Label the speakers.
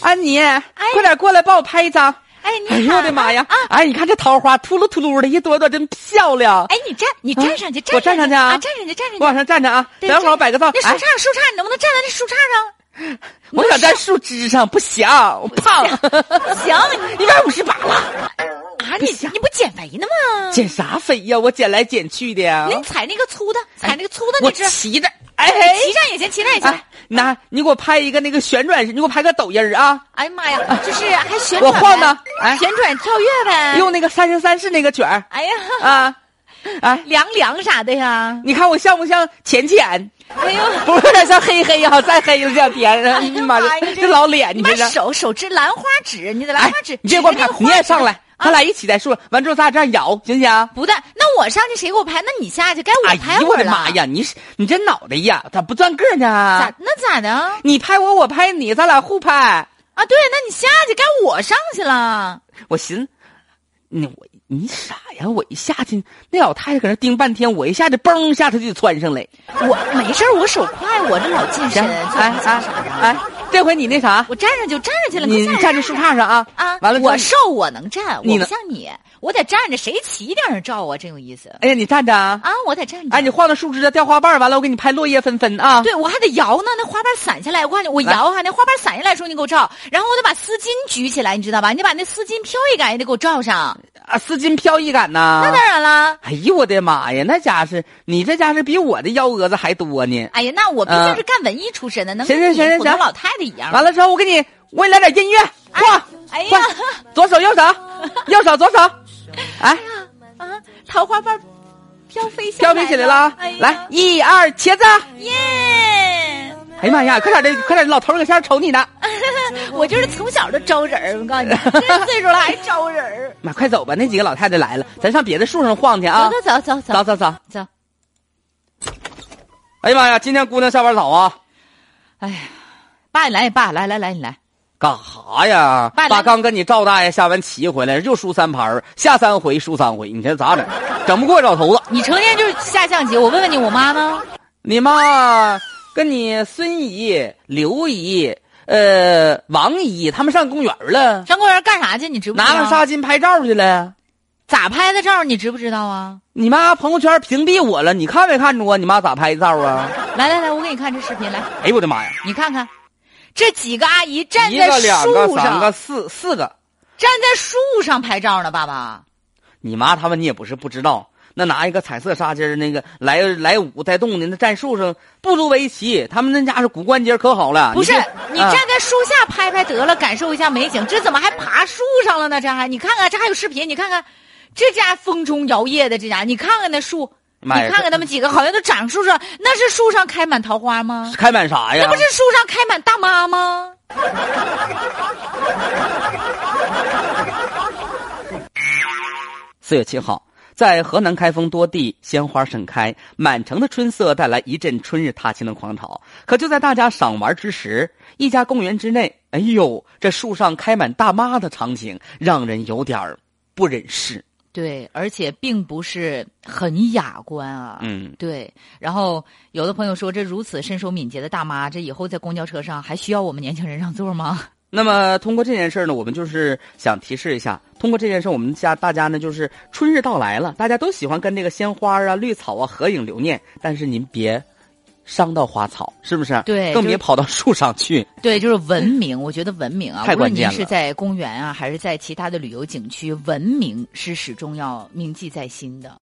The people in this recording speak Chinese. Speaker 1: 安妮，快点过来帮我拍一张。
Speaker 2: 哎，
Speaker 1: 哎
Speaker 2: 你
Speaker 1: 呦
Speaker 2: 好
Speaker 1: 我的妈呀！
Speaker 2: 啊！
Speaker 1: 哎，你看这桃花秃噜秃噜的，一朵朵真漂亮。
Speaker 2: 哎，你站，你站上去，
Speaker 1: 我站上去啊
Speaker 2: 站上去，站上
Speaker 1: 我
Speaker 2: 去。
Speaker 1: 往上站着啊，
Speaker 2: 对
Speaker 1: 等会儿我摆个照。
Speaker 2: 那树
Speaker 1: 哎
Speaker 2: 杈，，树杈，你能不能站在那树杈上？
Speaker 1: 我想站树枝上，不行，我胖，
Speaker 2: 行，
Speaker 1: 一百五十八了，
Speaker 2: 啊，你你不减肥呢吗？
Speaker 1: 减啥肥呀？我减来减去的呀。
Speaker 2: 嗯您踩那个粗的，踩那个粗的
Speaker 1: 哎我
Speaker 2: 那只，
Speaker 1: 骑着，哎，
Speaker 2: 骑上也行，骑上也行
Speaker 1: 哎。，那你给我拍一个那个旋转，你给我拍个抖音儿啊，
Speaker 2: 哎呀妈呀，就是还旋
Speaker 1: 我
Speaker 2: 转呗，啊
Speaker 1: 晃呢哎
Speaker 2: 旋转跳跃呗。
Speaker 1: 用那个三生三世那个卷儿
Speaker 2: 哎呀，
Speaker 1: 啊，哎，
Speaker 2: 凉凉啥的呀？
Speaker 1: 你看我像不像浅浅？
Speaker 2: 哎呦，
Speaker 1: 不是有点像黑黑 呀，再黑了这两天，哎呀妈
Speaker 2: 哎哎呀妈
Speaker 1: 呀，
Speaker 2: 呀
Speaker 1: 这老脸，
Speaker 2: 你
Speaker 1: 你
Speaker 2: 把
Speaker 1: 这张
Speaker 2: 手手指兰花指，你的兰
Speaker 1: 哎
Speaker 2: 花指，，
Speaker 1: 你这给我
Speaker 2: 指着
Speaker 1: 拍
Speaker 2: 那个，花
Speaker 1: 你也
Speaker 2: 指
Speaker 1: 上来，咱
Speaker 2: 啊
Speaker 1: 俩一起在树，完之后咱俩这样摇，行不行啊？
Speaker 2: 不但那我上去谁给我拍？那你下去该
Speaker 1: 哎
Speaker 2: 我拍
Speaker 1: 呀，我
Speaker 2: 会儿
Speaker 1: 的
Speaker 2: 了。
Speaker 1: 妈呀，你是你这脑袋呀，咋不转个儿呢
Speaker 2: 咋？那咋的啊？
Speaker 1: 你拍我，我拍你，咱俩互拍。
Speaker 2: 啊，对，那你下去该我上去了。
Speaker 1: 我寻，你我你傻呀！我一下去，那老太太搁那盯半天，我一下去嘣下她就窜上来。
Speaker 2: 我没事儿我手快，我这老近
Speaker 1: 行，
Speaker 2: 身，做
Speaker 1: 哎
Speaker 2: 啥做
Speaker 1: 哎
Speaker 2: 啥的
Speaker 1: 哎，这回你那啥，
Speaker 2: 我站上就站上去了，
Speaker 1: 你
Speaker 2: 快
Speaker 1: 站这树杈上啊
Speaker 2: 啊！
Speaker 1: 完了之后
Speaker 2: 我瘦，我能站，
Speaker 1: 你
Speaker 2: 我不
Speaker 1: 能
Speaker 2: 像你，我得站着，谁骑顶上照啊？真有意思
Speaker 1: 哎呀，你站着啊！
Speaker 2: 啊！我得站着。
Speaker 1: 哎，你晃到树枝上掉花瓣儿，完了我给你拍落叶纷纷啊！
Speaker 2: 对，我还得摇呢，那花瓣散下来，我告诉你，我摇啊哈，那花瓣散下来的时候你给我照，然后我得把丝巾举起来，你知道吧？你得把那丝巾飘一杆也得给我照上。
Speaker 1: 啊，丝巾飘逸感呐！
Speaker 2: 那当然啦，
Speaker 1: 哎呦我的妈呀，那家是你这家是比我的幺蛾子还多呢！
Speaker 2: 哎呀，那我毕
Speaker 1: 啊
Speaker 2: 竟是干文艺出身的，能
Speaker 1: 行
Speaker 2: 跟
Speaker 1: 行行
Speaker 2: 你普通
Speaker 1: 行
Speaker 2: 老太太一样吗？
Speaker 1: 完了之后，我给你我给你来点音乐，晃，
Speaker 2: 哎呀
Speaker 1: 晃，左手右手，右手 左手，哎。
Speaker 2: 啊，桃花瓣飘飞下
Speaker 1: 飘
Speaker 2: 来
Speaker 1: 飘起来了啊
Speaker 2: 哎呀、，
Speaker 1: 来一二茄子，
Speaker 2: 耶！
Speaker 1: 哎呀妈呀，快点的，快点的，老头儿搁下面瞅你呢，
Speaker 2: 我就是从小就招人儿，我告诉你，这岁数了还招人儿。
Speaker 1: 妈，快走吧，那几个老太太来了，咱上别的树上晃去啊
Speaker 2: 走，走走走
Speaker 1: 走
Speaker 2: 走
Speaker 1: 走走，
Speaker 2: 走，
Speaker 1: 哎呀妈呀，今天姑娘下班早啊，
Speaker 2: 哎呀，爸你来你爸来来来你来，
Speaker 1: 干啥呀？
Speaker 2: 爸来
Speaker 1: 爸刚跟你赵大爷下完棋回来，又输三盘儿下三回输三回，你这咋整？整不过老头子，
Speaker 2: 你成天就是下象棋，我问问你，我妈呢？
Speaker 1: 你妈跟你孙姨、刘姨、呃王姨他们上公园了，
Speaker 2: 上公园干啥去？你知不知道？
Speaker 1: 拿了纱巾拍照去了。
Speaker 2: 咋拍的照？你知不知道啊？
Speaker 1: 你妈朋友圈屏蔽我了，你看没看着啊？你妈咋拍的照啊？
Speaker 2: 来来来，我给你看这视频，来，
Speaker 1: 哎呦我的妈呀！
Speaker 2: 你看看，这几个阿姨站
Speaker 1: 一
Speaker 2: 在
Speaker 1: 个、两个、
Speaker 2: 树
Speaker 1: 三
Speaker 2: 上，
Speaker 1: 个、四四个。
Speaker 2: 站在树上拍照呢，爸
Speaker 1: 啊
Speaker 2: 爸。
Speaker 1: 你妈他们你也不是不知道，那拿一个彩色纱巾儿那个来来舞带动的，那站树上不足为奇。他们那家是骨关节可好了。
Speaker 2: 不是
Speaker 1: 这
Speaker 2: 你
Speaker 1: 啊
Speaker 2: 站在树下拍拍得了，感受一下美景。这怎么还爬树上了呢？这还你看看，这还有视频，你看看，这家风中摇曳的，这家你看看那树，你
Speaker 1: 妈呀
Speaker 2: 看看他们几个好像都长树上，那是树上开满桃花吗？
Speaker 1: 开满啥呀？
Speaker 2: 那不是树上开满大妈吗？
Speaker 1: 四月七号，在河南开封多地鲜花盛开，满城的春色带来一阵春日踏青的狂潮。可就在大家赏玩之时，一家公园之内，哎呦，这树上开满大妈的场景，让人有点儿不忍视。
Speaker 2: 对，而且并不是很雅观啊。
Speaker 1: 嗯，
Speaker 2: 对，然后有的朋友说，这如此身手敏捷的大妈，这以后在公交车上还需要我们年轻人让座吗？
Speaker 1: 那么通过这件事儿呢，我们就是想提示一下，通过这件事儿，我们家大家呢就是春日到来了，大家都喜欢跟这个鲜花啊、绿草啊合影留念，但是您别伤到花草，是不是？
Speaker 2: 对
Speaker 1: 更
Speaker 2: 就
Speaker 1: 别跑到树上去。
Speaker 2: 对，就是文明，我觉得文明 啊，
Speaker 1: 太
Speaker 2: 无论
Speaker 1: 关键
Speaker 2: 您
Speaker 1: 了
Speaker 2: 是在公园啊，还是在其他的旅游景区，文明是始终要铭记在心的。